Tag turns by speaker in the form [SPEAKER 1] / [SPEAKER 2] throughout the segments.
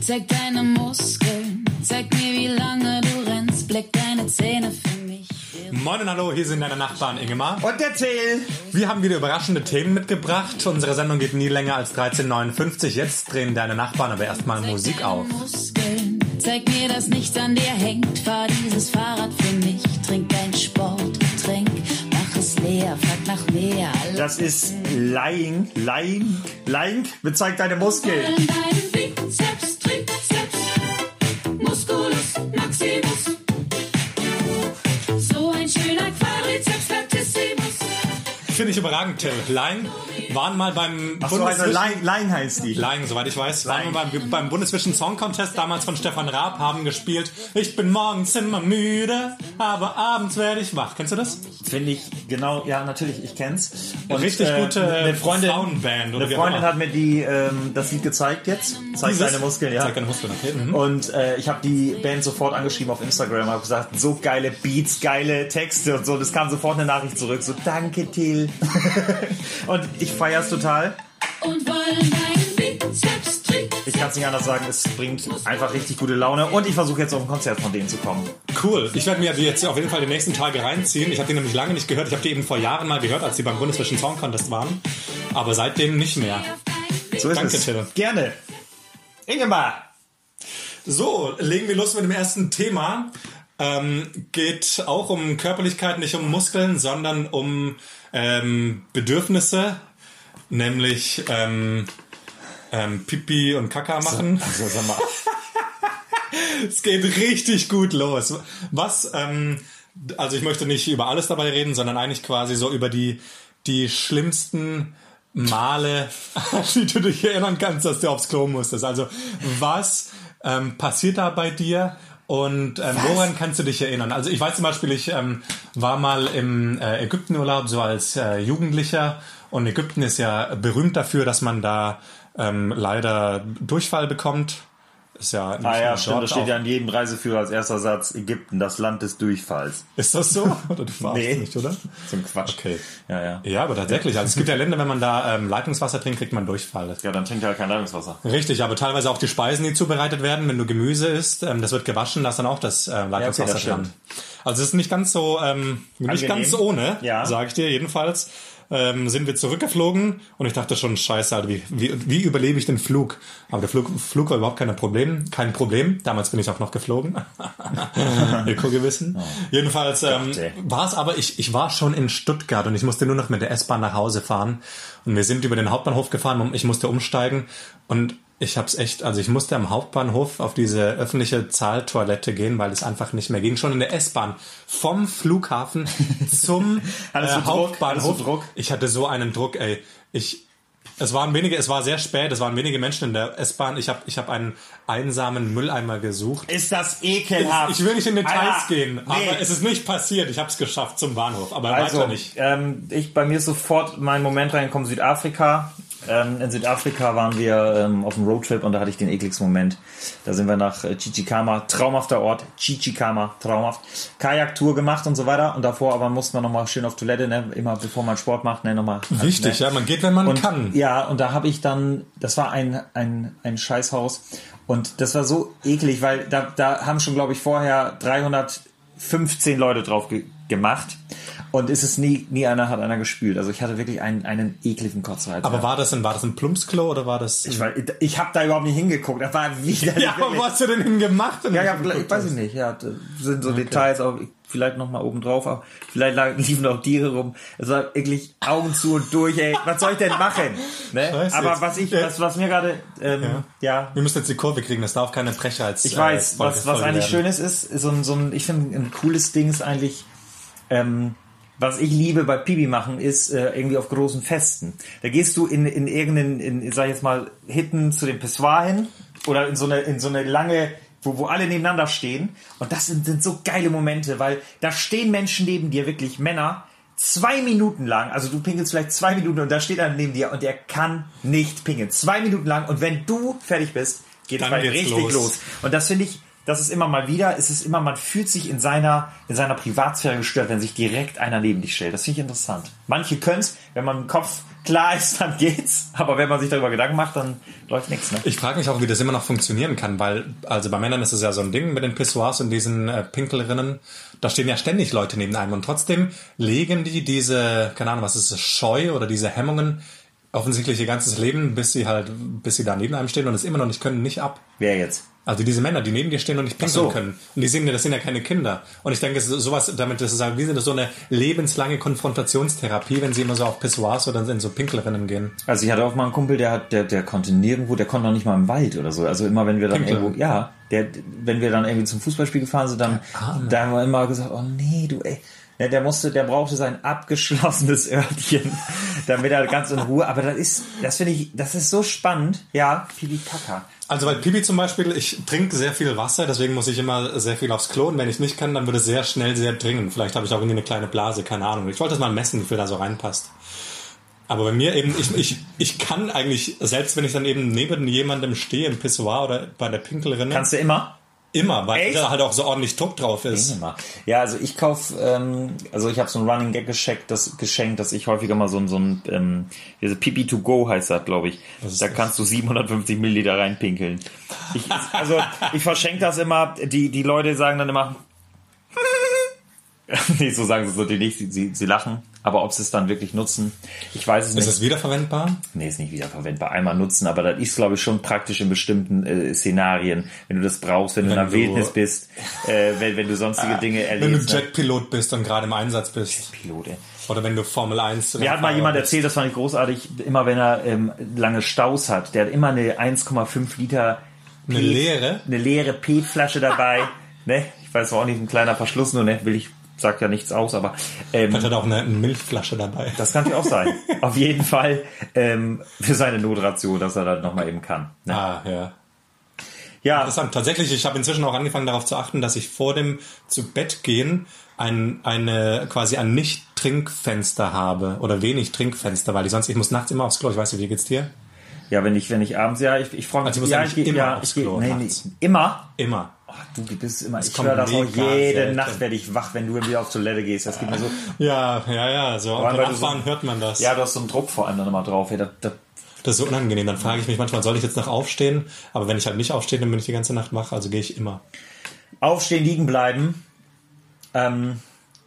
[SPEAKER 1] Zeig deine Muskeln, zeig mir, wie lange du rennst. Bleck deine Zähne für mich.
[SPEAKER 2] Moin und hallo, hier sind deine Nachbarn Ingemar.
[SPEAKER 3] Und erzähl!
[SPEAKER 2] Wir haben wieder überraschende Themen mitgebracht. Unsere Sendung geht nie länger als 13,59. Jetzt drehen deine Nachbarn aber erstmal
[SPEAKER 1] Zeig
[SPEAKER 2] Musik
[SPEAKER 1] deine
[SPEAKER 2] auf.
[SPEAKER 1] Muskeln, zeig mir, dass nichts an dir hängt. Fahr dieses Fahrrad für mich. Trink dein Sportgetränk. Mach es leer, frag nach mehr. Alle
[SPEAKER 3] Das ist Lying, Lying, Lying. Bezeig deine Muskeln.
[SPEAKER 1] wollen deinen Bizeps, Trizeps, Musculus Maximus. So ein schöner Quadrizeps latissimus.
[SPEAKER 2] Finde ich überragend, Till. Lying waren mal beim
[SPEAKER 3] Ach so, also
[SPEAKER 2] Bundeswischen-
[SPEAKER 3] Lying, Lying heißt die.
[SPEAKER 2] Lying, soweit ich weiß,
[SPEAKER 3] Lying.
[SPEAKER 2] waren wir beim, beim Bundeswischen Song Contest damals von Stefan Raab, haben gespielt Ich bin morgens immer müde, aber abends werde ich wach. Kennst du das?
[SPEAKER 3] Finde ich, genau, ja, natürlich, ich kenn's. Und, äh,
[SPEAKER 2] Richtig gute äh,
[SPEAKER 3] eine Freundin,
[SPEAKER 2] Frauenband oder
[SPEAKER 3] Eine
[SPEAKER 2] wie auch
[SPEAKER 3] Freundin
[SPEAKER 2] immer.
[SPEAKER 3] hat mir die, ähm, das Lied gezeigt jetzt. Zeig
[SPEAKER 2] Dieses?
[SPEAKER 3] deine Muskeln, ja.
[SPEAKER 2] Zeig deine Muskeln, okay, mhm.
[SPEAKER 3] Und äh, ich habe die Band sofort angeschrieben auf Instagram, habe gesagt, so geile Beats, geile Texte und so. Das kam sofort eine Nachricht zurück, so danke, Till. und ich feier's total.
[SPEAKER 1] Und wollen deinen Bizeps, Trizeps.
[SPEAKER 3] Ich kann es nicht anders sagen, es bringt einfach richtig gute Laune und ich versuche jetzt auf ein Konzert von denen zu kommen.
[SPEAKER 2] Cool. Ich werde mir die jetzt auf jeden Fall die nächsten Tage reinziehen. Ich habe die nämlich lange nicht gehört. Ich habe die eben vor Jahren mal gehört, als sie beim Bundeswischen Song Contest waren. Aber seitdem nicht mehr.
[SPEAKER 3] So ist
[SPEAKER 2] Danke,
[SPEAKER 3] es.
[SPEAKER 2] Till.
[SPEAKER 3] Gerne. Ingemar.
[SPEAKER 2] So, legen wir los mit dem ersten Thema. Ähm, geht auch um Körperlichkeit, nicht um Muskeln, sondern um ähm, Bedürfnisse, nämlich ähm, ähm, Pipi und Kaka machen.
[SPEAKER 3] Also, sag mal.
[SPEAKER 2] Es geht richtig gut los. Was, ähm, also ich möchte nicht über alles dabei reden, sondern eigentlich quasi so über die, die schlimmsten Male, an die du dich erinnern kannst, dass du aufs Klo musstest. Also was ähm, passiert da bei dir und ähm, woran kannst du dich erinnern? Also ich weiß zum Beispiel, ich ähm, war mal im äh, Ägyptenurlaub so als äh, Jugendlicher und Ägypten ist ja berühmt dafür, dass man da ähm, leider Durchfall bekommt. Ist ja nicht
[SPEAKER 3] Ah ja,
[SPEAKER 2] nur
[SPEAKER 3] stimmt,
[SPEAKER 2] dort
[SPEAKER 3] das
[SPEAKER 2] auch-
[SPEAKER 3] steht ja an jedem Reiseführer als erster Satz, Ägypten, das Land des Durchfalls.
[SPEAKER 2] Ist das so? Oder du verarschst
[SPEAKER 3] Nee.
[SPEAKER 2] nicht, oder?
[SPEAKER 3] So ein Quatsch.
[SPEAKER 2] Okay.
[SPEAKER 3] Ja, ja.
[SPEAKER 2] Ja, aber tatsächlich. Also es gibt ja Länder, wenn man da ähm, Leitungswasser trinkt, kriegt man Durchfall.
[SPEAKER 3] Ja, dann trinkt er halt kein Leitungswasser.
[SPEAKER 2] Richtig, aber teilweise auch die Speisen, die zubereitet werden, wenn du Gemüse isst, ähm, das wird gewaschen, da ist dann auch das ähm, Leitungswasser
[SPEAKER 3] das
[SPEAKER 2] dran.
[SPEAKER 3] stimmt.
[SPEAKER 2] Also es ist nicht ganz so, ähm, nicht
[SPEAKER 3] Angenehm.
[SPEAKER 2] ganz ohne,
[SPEAKER 3] Ja.
[SPEAKER 2] sage ich dir jedenfalls. Ähm, sind wir zurückgeflogen und ich dachte schon, scheiße, Alter, wie, wie, wie überlebe ich den Flug? Aber der Flug, Flug war überhaupt kein Problem, kein Problem. Damals bin ich auch noch geflogen. Öko-Gewissen. Jedenfalls ähm,
[SPEAKER 3] Gott, ey.
[SPEAKER 2] war es aber, ich, ich war schon in Stuttgart und ich musste nur noch mit der S-Bahn nach Hause fahren. Und wir sind über den Hauptbahnhof gefahren und ich musste umsteigen. Und ich hab's echt, also ich musste am Hauptbahnhof auf diese öffentliche Zahltoilette gehen, weil es einfach nicht mehr ging. Schon in der S-Bahn vom Flughafen zum äh,
[SPEAKER 3] Hattest du Druck?
[SPEAKER 2] Hauptbahnhof.
[SPEAKER 3] Hattest du Druck?
[SPEAKER 2] Ich hatte so einen Druck, ey. Ich, es waren wenige, es war sehr spät, es waren wenige Menschen in der S-Bahn. Ich habe ich hab einen einsamen Mülleimer gesucht.
[SPEAKER 3] Ist das ekelhaft.
[SPEAKER 2] Ich will nicht in Details
[SPEAKER 3] Alter,
[SPEAKER 2] gehen, aber
[SPEAKER 3] nee.
[SPEAKER 2] es ist nicht passiert. Ich habe es geschafft zum Bahnhof, aber
[SPEAKER 3] also,
[SPEAKER 2] weiter nicht.
[SPEAKER 3] Ähm, ich, bei mir ist sofort mein Moment reingekommen, Südafrika. Ähm, in Südafrika waren wir ähm, auf dem Roadtrip und da hatte ich den ekligsten Moment. Da sind wir nach äh, Chichikama, traumhafter Ort, Chichikama, traumhaft, Kajaktour gemacht und so weiter. Und davor aber mussten wir nochmal schön auf Toilette, ne? immer bevor man Sport macht, ne? nochmal.
[SPEAKER 2] Wichtig, ja, man geht, wenn man
[SPEAKER 3] Und,
[SPEAKER 2] kann.
[SPEAKER 3] Ja, und da habe ich dann, das war ein, ein, ein Scheißhaus und das war so eklig, weil da, da haben schon, glaube ich, vorher 315 Leute drauf ge gemacht und es ist nie, nie einer hat einer gespült. Also ich hatte wirklich einen, einen ekligen Kotzreiz.
[SPEAKER 2] Aber war das, ein, war das ein Plumpsklo oder war das...
[SPEAKER 3] ich, war- ich habe da überhaupt nicht hingeguckt, das war widerlich.
[SPEAKER 2] ja, aber
[SPEAKER 3] wirklich.
[SPEAKER 2] was hast du denn hin gemacht?
[SPEAKER 3] Ja, ja, vielleicht- ich weiß ich nicht. Ja, das sind so Details, aber vielleicht noch mal oben drauf. aber Vielleicht lag- liefen auch Tiere rum. Es war wirklich Augen zu und durch. Ey, was soll ich denn machen? Ne?
[SPEAKER 2] Scheiße,
[SPEAKER 3] Aber
[SPEAKER 2] jetzt-
[SPEAKER 3] was ich,
[SPEAKER 2] äh,
[SPEAKER 3] was, was mir gerade, ähm, ja.
[SPEAKER 2] Wir müssen jetzt die Kurve kriegen, das darf keine äh, Frechheit
[SPEAKER 3] ich weiß, was, was eigentlich schön ist, ist so ein, so ein ich finde ein cooles Ding ist eigentlich, ähm, was ich liebe bei Pibi machen, ist äh, irgendwie auf großen Festen. Da gehst du in, in irgendeinen, in, sag ich jetzt mal, hinten zu dem Pissoir hin oder in so eine, in so eine lange, wo, wo alle nebeneinander stehen. Und das sind, sind so geile Momente, weil da stehen Menschen neben dir, wirklich Männer, zwei Minuten lang, also du pinkelst vielleicht zwei Minuten und da steht einer neben dir und er kann nicht pinkeln. Zwei Minuten lang und wenn du fertig bist, geht es
[SPEAKER 2] Dann
[SPEAKER 3] halt
[SPEAKER 2] geht's
[SPEAKER 3] richtig
[SPEAKER 2] los.
[SPEAKER 3] los. Und das finde ich das ist immer mal wieder, es ist immer, man fühlt sich in seiner, in seiner Privatsphäre gestört, wenn sich direkt einer neben dich stellt. Das finde ich interessant. Manche können es, wenn man im Kopf klar ist, dann geht's, aber wenn man sich darüber Gedanken macht, dann läuft nichts. Ne?
[SPEAKER 2] Ich frage mich auch, wie das immer noch funktionieren kann, weil, also bei Männern ist es ja so ein Ding mit den Pissoirs und diesen äh, Pinkelrinnen. Da stehen ja ständig Leute neben einem und trotzdem legen die diese, keine Ahnung, was ist es, Scheu oder diese Hemmungen offensichtlich ihr ganzes Leben, bis sie halt, bis sie da neben einem stehen und es immer noch nicht können, nicht ab.
[SPEAKER 3] Wer jetzt?
[SPEAKER 2] Also diese Männer, die neben dir stehen und nicht pinkeln
[SPEAKER 3] Ach so.
[SPEAKER 2] können. Und die sehen ja, das sind ja keine Kinder. Und ich denke, es ist sowas, damit das ist halt, wie sind das so eine lebenslange Konfrontationstherapie, wenn sie immer so auf Pissoirs oder in so Pinkelrinnen gehen.
[SPEAKER 3] Also ich hatte auch mal einen Kumpel, der hat, der, der konnte nirgendwo, der konnte noch nicht mal im Wald oder so. Also immer wenn wir dann
[SPEAKER 2] Pinkler.
[SPEAKER 3] irgendwo, ja, der, wenn wir dann irgendwie zum Fußballspiel gefahren sind, dann, da haben wir immer gesagt, oh nee, du ey. Ja, der musste, der brauchte sein abgeschlossenes Örtchen, damit er ganz in Ruhe. Aber das ist, das finde ich, das ist so spannend. Ja, Pipi Kaka.
[SPEAKER 2] Also bei Pipi zum Beispiel, ich trinke sehr viel Wasser, deswegen muss ich immer sehr viel aufs Klo. Und wenn ich nicht kann, dann würde es sehr schnell sehr dringend. Vielleicht habe ich auch irgendwie eine kleine Blase, keine Ahnung. Ich wollte das mal messen, wie viel da so reinpasst. Aber bei mir eben, ich, ich, ich kann eigentlich, selbst wenn ich dann eben neben jemandem stehe, im Pissoir oder bei der Pinkelrinne,
[SPEAKER 3] Kannst du immer?
[SPEAKER 2] immer, weil
[SPEAKER 3] Echt?
[SPEAKER 2] da halt auch so ordentlich Druck drauf ist.
[SPEAKER 3] Immer. Ja, also ich kauf, ähm, also ich habe so ein Running Gag geschenkt, das geschenkt, dass ich häufiger mal so ein, so ein ähm, diese Pipi to go heißt das, glaube ich.
[SPEAKER 2] ist
[SPEAKER 3] Da
[SPEAKER 2] das?
[SPEAKER 3] kannst du 750 Milliliter reinpinkeln. Ich, also ich verschenke das immer. Die die Leute sagen dann immer, nee, so sagen sie es natürlich nicht. Sie, sie, sie lachen. Aber ob sie es dann wirklich nutzen, ich weiß es nicht.
[SPEAKER 2] Ist es wiederverwendbar?
[SPEAKER 3] Nee, ist nicht wiederverwendbar. Einmal nutzen, aber das ist, glaube ich, schon praktisch in bestimmten äh, Szenarien, wenn du das brauchst, wenn, du in der
[SPEAKER 2] du-
[SPEAKER 3] Wildnis bist, äh, wenn, wenn du sonstige Dinge
[SPEAKER 2] Wenn du
[SPEAKER 3] erlebst. ne?
[SPEAKER 2] Jetpilot bist und gerade im Einsatz bist.
[SPEAKER 3] Pilot, ey.
[SPEAKER 2] Oder wenn du Formel 1.
[SPEAKER 3] Mir hat mal
[SPEAKER 2] Rennfahrer
[SPEAKER 3] jemand
[SPEAKER 2] bist.
[SPEAKER 3] erzählt, das fand ich großartig, immer wenn er ähm, lange Staus hat, der hat immer eine 1,5 Liter P-
[SPEAKER 2] Eine leere?
[SPEAKER 3] eine leere P-Flasche dabei. ne? Ich weiß auch nicht, ein kleiner Verschluss nur, ne? Will ich, sagt ja nichts aus, aber ähm,
[SPEAKER 2] Hat auch eine, eine Milchflasche dabei.
[SPEAKER 3] Das kann ja auch sein. Auf jeden Fall ähm, für seine Notration, dass er das nochmal eben kann. Ne?
[SPEAKER 2] ah, ja.
[SPEAKER 3] Ja,
[SPEAKER 2] Interessant. Tatsächlich, ich habe inzwischen auch angefangen darauf zu achten, dass ich vor dem zu Bett gehen ein, eine, quasi ein Nicht-Trinkfenster habe oder wenig Trinkfenster, weil ich sonst, ich muss nachts immer aufs Klo. Ich weiß nicht, wie geht's dir?
[SPEAKER 3] ja, wenn ich, wenn ich abends, ja, ich, ich freue mich.
[SPEAKER 2] Also du musst
[SPEAKER 3] ja,
[SPEAKER 2] eigentlich
[SPEAKER 3] ich geh-
[SPEAKER 2] immer
[SPEAKER 3] ja,
[SPEAKER 2] aufs
[SPEAKER 3] ich geh-
[SPEAKER 2] Klo
[SPEAKER 3] nee, nee,
[SPEAKER 2] nachts.
[SPEAKER 3] immer.
[SPEAKER 2] Immer.
[SPEAKER 3] Oh, du bist immer, ich
[SPEAKER 2] kommt
[SPEAKER 3] höre das auch
[SPEAKER 2] mega
[SPEAKER 3] jede
[SPEAKER 2] selten.
[SPEAKER 3] Nacht werde ich wach, wenn du wieder auf Toilette gehst. Das gibt mir so,
[SPEAKER 2] Ja, ja, ja, so. Und
[SPEAKER 3] allem,
[SPEAKER 2] beim
[SPEAKER 3] weil du so-
[SPEAKER 2] Nachbarn hört man das.
[SPEAKER 3] ja, du hast so einen Druck vor allem dann immer drauf. Ey, das, das,
[SPEAKER 2] Das ist so unangenehm. Dann frage ich mich manchmal, soll ich jetzt noch aufstehen? Aber wenn ich halt nicht aufstehe, dann bin ich die ganze Nacht wach, also gehe ich immer.
[SPEAKER 3] aufstehen, liegen bleiben. Ähm,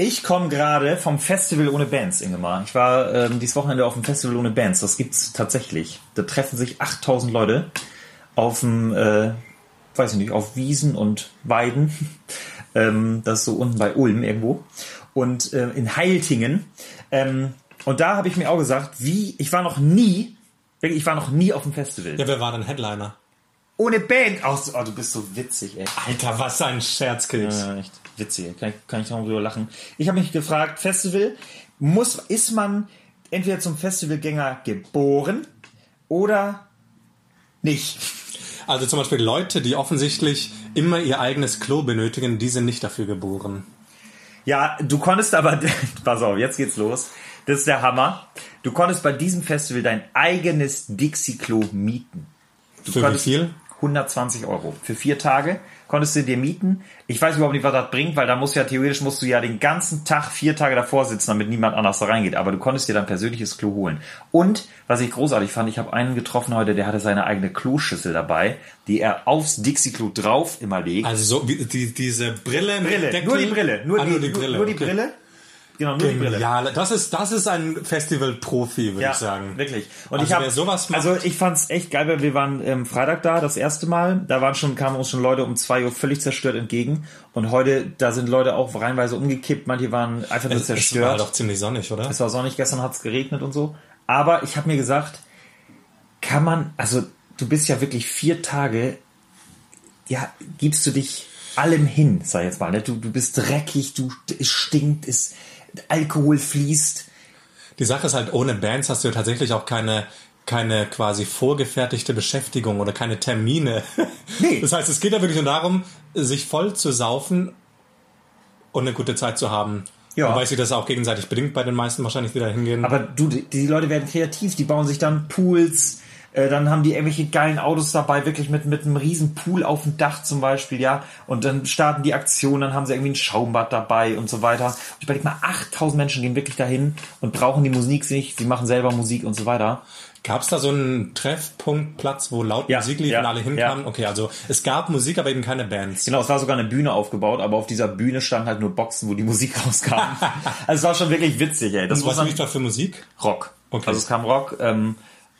[SPEAKER 3] ich komme gerade vom Festival ohne Bands, Ingemar. Ich war ähm, dieses Wochenende auf dem Festival ohne Bands. Das gibt's tatsächlich. Da treffen sich 8000 Leute auf dem, äh, weiß ich nicht, auf Wiesen und Weiden. ähm, das ist so unten bei Ulm irgendwo. Und äh, in Heiltingen. Ähm, und da habe ich mir auch gesagt, wie, ich war noch nie, wirklich, ich war noch nie auf dem Festival.
[SPEAKER 2] Ja, wer war denn Headliner?
[SPEAKER 3] Ohne Band. Ach, so- oh, du bist so witzig, ey.
[SPEAKER 2] Alter, was ein Scherzkeks.
[SPEAKER 3] Ja, echt witzig. Kann, ich- kann ich noch drüber lachen. Ich habe mich gefragt, Festival, muss, ist man entweder zum Festivalgänger geboren oder nicht?
[SPEAKER 2] Also zum Beispiel Leute, die offensichtlich immer ihr eigenes Klo benötigen, die sind nicht dafür geboren.
[SPEAKER 3] Ja, du konntest aber, pass auf, jetzt geht's los. Das ist der Hammer. Du konntest bei diesem Festival dein eigenes Dixie-Klo mieten. Du
[SPEAKER 2] Für wie
[SPEAKER 3] konntest-
[SPEAKER 2] viel?
[SPEAKER 3] 120 Euro. Für vier Tage konntest du dir mieten. Ich weiß überhaupt nicht, was das bringt, weil da musst du ja theoretisch musst du ja den ganzen Tag vier Tage davor sitzen, damit niemand anders da reingeht. Aber du konntest dir dein persönliches Klo holen. Und was ich großartig fand, ich habe einen getroffen heute, der hatte seine eigene Kloschüssel dabei, die er aufs Dixie-Klo drauf immer legt.
[SPEAKER 2] Also so wie die, diese Brille, mit
[SPEAKER 3] Brille,
[SPEAKER 2] Deckel.
[SPEAKER 3] nur die Brille, nur,
[SPEAKER 2] ah,
[SPEAKER 3] die,
[SPEAKER 2] nur die Brille.
[SPEAKER 3] Nur die
[SPEAKER 2] okay.
[SPEAKER 3] Brille. Genau, nur die Brille.
[SPEAKER 2] Ja, das ist, das ist ein Festival-Profi, würde
[SPEAKER 3] Ja,
[SPEAKER 2] ich sagen.
[SPEAKER 3] wirklich. Und
[SPEAKER 2] Also
[SPEAKER 3] ich habe
[SPEAKER 2] wer sowas macht-
[SPEAKER 3] also ich fand's echt geil, weil wir waren ähm, Freitag da, das erste Mal. Da waren schon kamen uns schon Leute um 2 Uhr völlig zerstört entgegen. Und heute da sind Leute auch reihenweise umgekippt. Manche waren einfach nur
[SPEAKER 2] Es, es war
[SPEAKER 3] zerstört.
[SPEAKER 2] doch halt ziemlich sonnig, oder?
[SPEAKER 3] Es war sonnig, gestern hat's geregnet und so. Aber ich habe mir gesagt, kann man, also du bist ja wirklich vier Tage, ja, gibst du dich allem hin, sag ich jetzt mal. Ne? Du, du bist dreckig, du es stinkt, es, Alkohol fließt.
[SPEAKER 2] Die Sache ist halt, ohne Bands hast du ja tatsächlich auch keine, keine quasi vorgefertigte Beschäftigung oder keine Termine.
[SPEAKER 3] Nee.
[SPEAKER 2] Das heißt, es geht ja wirklich nur darum, sich voll zu saufen und eine gute Zeit zu haben.
[SPEAKER 3] Ja.
[SPEAKER 2] Wobei sich das auch gegenseitig bedingt bei den meisten wahrscheinlich wieder hingehen.
[SPEAKER 3] Aber du, die die Leute werden kreativ, die bauen sich dann Pools, äh, Äh, dann haben die irgendwelche geilen Autos dabei, wirklich mit, mit einem riesen Pool auf dem Dach zum Beispiel, ja. Und dann starten die Aktionen, dann haben sie irgendwie ein Schaumbad dabei und so weiter. Und ich überleg mal, 8000 Menschen gehen wirklich dahin und brauchen die Musik nicht, sie machen selber Musik und so weiter.
[SPEAKER 2] Gab es da so einen Treffpunktplatz, wo laut
[SPEAKER 3] Ja,
[SPEAKER 2] Musik lief und
[SPEAKER 3] ja,
[SPEAKER 2] alle hinkamen? Okay, also es gab Musik, aber eben keine Bands.
[SPEAKER 3] Genau, es war sogar eine Bühne aufgebaut, aber auf dieser Bühne standen halt nur Boxen, wo die Musik rauskam. also es war schon wirklich witzig, ey. Das
[SPEAKER 2] Was
[SPEAKER 3] muss man-
[SPEAKER 2] lief da für Musik?
[SPEAKER 3] Rock.
[SPEAKER 2] Okay.
[SPEAKER 3] Also es kam Rock ähm,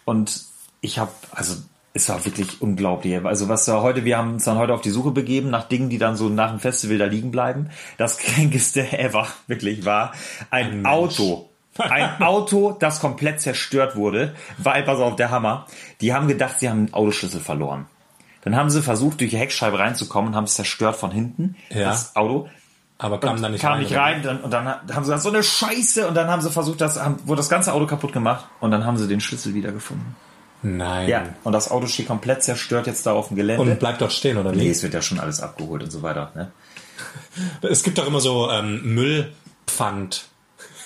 [SPEAKER 3] und ich habe, also es war wirklich unglaublich. Also was da heute, wir haben uns dann heute auf die Suche begeben nach Dingen, die dann so nach dem Festival da liegen bleiben. Das kränkeste ever wirklich war ein Auto. Ein Auto, das komplett zerstört wurde, weil, pass auf, der Hammer. Die haben gedacht, sie haben einen Autoschlüssel verloren. Dann haben sie versucht, durch die Heckscheibe reinzukommen und haben es zerstört von hinten.
[SPEAKER 2] Ja.
[SPEAKER 3] Das Auto
[SPEAKER 2] Aber kam da nicht
[SPEAKER 3] kam
[SPEAKER 2] rein.
[SPEAKER 3] nicht
[SPEAKER 2] oder?
[SPEAKER 3] rein dann, und dann haben sie gesagt, so eine Scheiße und dann haben sie versucht, das haben, wurde das ganze Auto kaputt gemacht und dann haben sie den Schlüssel wiedergefunden.
[SPEAKER 2] Nein.
[SPEAKER 3] Ja, und das Auto steht komplett zerstört jetzt da auf dem Gelände.
[SPEAKER 2] Und bleibt dort stehen, oder
[SPEAKER 3] nee,
[SPEAKER 2] wie?
[SPEAKER 3] es wird ja schon alles abgeholt und so weiter. Ne?
[SPEAKER 2] Es gibt doch immer so ähm, Müllpfand.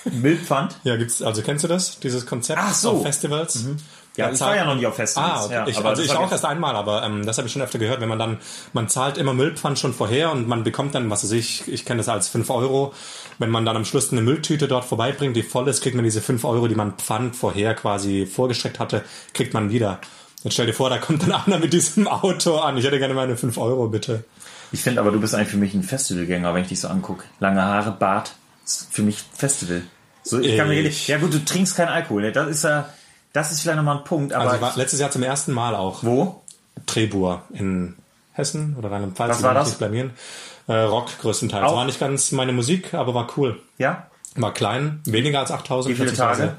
[SPEAKER 3] Wildpfand?
[SPEAKER 2] Ja, gibt's, also kennst du das, dieses Konzept
[SPEAKER 3] Ach so. Mhm.
[SPEAKER 2] auf Festivals?
[SPEAKER 3] Ja,
[SPEAKER 2] Da
[SPEAKER 3] also ich
[SPEAKER 2] zahlt-
[SPEAKER 3] war ja noch nie auf Festivals.
[SPEAKER 2] Ah, okay.
[SPEAKER 3] ja,
[SPEAKER 2] ich,
[SPEAKER 3] aber
[SPEAKER 2] also
[SPEAKER 3] das
[SPEAKER 2] ich
[SPEAKER 3] hab
[SPEAKER 2] auch erst einmal, aber ähm, das habe ich schon öfter gehört, wenn man dann, man zahlt immer Müllpfand schon vorher und man bekommt dann, was weiß ich, ich kenne das als 5 Euro, wenn man dann am Schluss eine Mülltüte dort vorbeibringt, die voll ist, kriegt man diese 5 Euro, die man Pfand vorher quasi vorgestreckt hatte, kriegt man wieder. Jetzt stell dir vor, da kommt dann einer mit diesem Auto an. Ich hätte gerne meine 5 Euro, bitte.
[SPEAKER 3] Ich finde aber, du bist eigentlich für mich ein Festivalgänger, wenn ich dich so angucke. Lange Haare, Bart, ist für mich Festival. So, ich kann mir
[SPEAKER 2] Ich-
[SPEAKER 3] ja gut, du trinkst keinen Alkohol. Ne? Das ist ja, das ist vielleicht nochmal ein Punkt, aber
[SPEAKER 2] Also ich war letztes Jahr zum ersten Mal auch. ne?
[SPEAKER 3] wo?
[SPEAKER 2] Trebur in Hessen oder Rheinland-Pfalz,
[SPEAKER 3] Was
[SPEAKER 2] ich
[SPEAKER 3] war
[SPEAKER 2] will mich
[SPEAKER 3] das?
[SPEAKER 2] nicht blamieren. Äh, Rock größtenteils.
[SPEAKER 3] Auch?
[SPEAKER 2] War nicht ganz meine Musik, aber war cool.
[SPEAKER 3] Ja?
[SPEAKER 2] War klein, weniger als 8000.
[SPEAKER 3] Wie viele
[SPEAKER 2] schätzungsweise.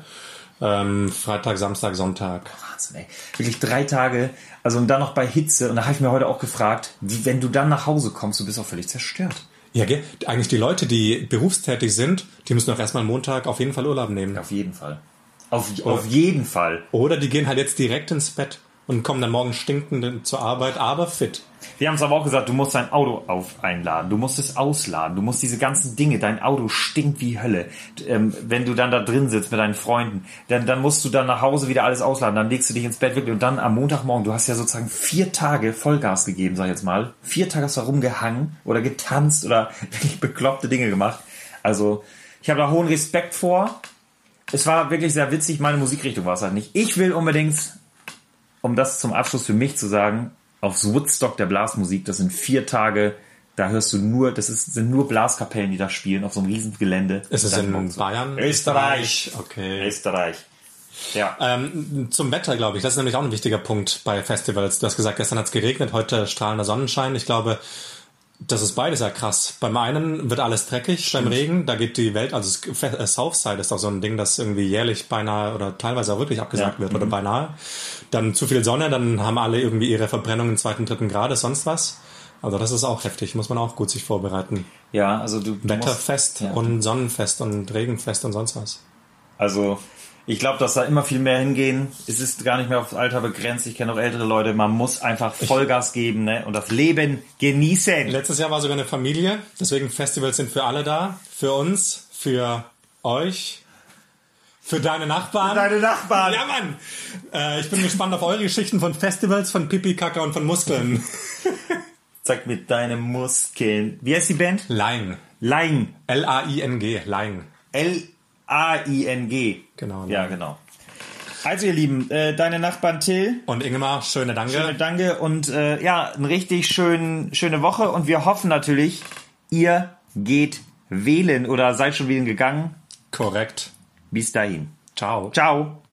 [SPEAKER 2] Ähm, Freitag, Samstag, Sonntag.
[SPEAKER 3] Wahnsinn, ey. Wirklich drei Tage, also und dann noch bei Hitze. Und da habe ich mir heute auch gefragt, wie, wenn du dann nach Hause kommst, du bist auch völlig zerstört.
[SPEAKER 2] Ja, gell? eigentlich die Leute, die berufstätig sind, die müssen doch erstmal Montag auf jeden Fall Urlaub nehmen.
[SPEAKER 3] Auf jeden Fall. Auf, auf jeden Fall.
[SPEAKER 2] Oder die gehen halt jetzt direkt ins Bett und kommen dann morgen stinkend zur Arbeit, aber fit.
[SPEAKER 3] Wir haben es aber auch gesagt, du musst dein Auto auf einladen, du musst es ausladen, du musst diese ganzen Dinge, dein Auto stinkt wie Hölle. D- Ähm, wenn du dann da drin sitzt mit deinen Freunden, dann, dann musst du dann nach Hause wieder alles ausladen, dann legst du dich ins Bett wirklich und dann am Montagmorgen, du hast ja sozusagen vier Tage Vollgas gegeben, sag ich jetzt mal. Vier Tage hast du rumgehangen oder getanzt oder wirklich bekloppte Dinge gemacht. Also ich habe da hohen Respekt vor. Es war wirklich sehr witzig, meine Musikrichtung war es halt nicht. Ich will unbedingt um das zum Abschluss für mich zu sagen, aufs Woodstock der Blasmusik, das sind vier Tage, da hörst du nur, das ist, sind nur Blaskapellen, die da spielen, auf so einem riesen Gelände.
[SPEAKER 2] Ist es
[SPEAKER 3] Dann
[SPEAKER 2] in
[SPEAKER 3] morgens-
[SPEAKER 2] Bayern?
[SPEAKER 3] Österreich.
[SPEAKER 2] Okay.
[SPEAKER 3] Österreich. Ja.
[SPEAKER 2] Ähm, zum Wetter, glaube ich. Das ist nämlich auch ein wichtiger Punkt bei Festivals. Du hast gesagt, gestern hat es geregnet, heute strahlender Sonnenschein. Ich glaube, das ist beides ja krass. Beim einen wird alles dreckig beim Regen, da geht die Welt, also es- Fe- äh, Southside ist auch so ein Ding, das irgendwie jährlich beinahe oder teilweise auch wirklich abgesagt
[SPEAKER 3] Ja. Mhm.
[SPEAKER 2] wird oder beinahe. Dann zu viel Sonne, dann haben alle irgendwie ihre Verbrennungen zweiten, dritten Grades, sonst was. Also das ist auch heftig, muss man auch gut sich vorbereiten.
[SPEAKER 3] ja, also du, du
[SPEAKER 2] Wetterfest
[SPEAKER 3] musst- ja.
[SPEAKER 2] und Sonnenfest und Regenfest und sonst was.
[SPEAKER 3] Also ich glaube, dass da immer viel mehr hingehen. Es ist gar nicht mehr aufs Alter begrenzt. Ich kenne auch ältere Leute. Man muss einfach Vollgas geben ne? und das Leben genießen.
[SPEAKER 2] Letztes Jahr war sogar eine Familie, deswegen Festivals sind für alle da, für uns, für euch, für deine Nachbarn.
[SPEAKER 3] Deine Nachbarn.
[SPEAKER 2] ja, Mann! Äh, ich bin gespannt auf eure Geschichten von Festivals, von Pipi, Kaka und von Muskeln.
[SPEAKER 3] Zeig mir deine Muskeln. Wie heißt die Band?
[SPEAKER 2] Laing.
[SPEAKER 3] Line.
[SPEAKER 2] L-A-I-N-G. Laing.
[SPEAKER 3] L-A-I-N-G.
[SPEAKER 2] Genau.
[SPEAKER 3] Ja, genau. Also ihr Lieben, äh, deine Nachbarn Till,
[SPEAKER 2] Und Ingemar, schöne Danke.
[SPEAKER 3] schöne Danke und äh, ja, eine richtig schön, schöne Woche und wir hoffen natürlich, ihr geht wählen oder seid schon wählen gegangen.
[SPEAKER 2] Korrekt.
[SPEAKER 3] Bis dahin.
[SPEAKER 2] Ciao.
[SPEAKER 3] Ciao.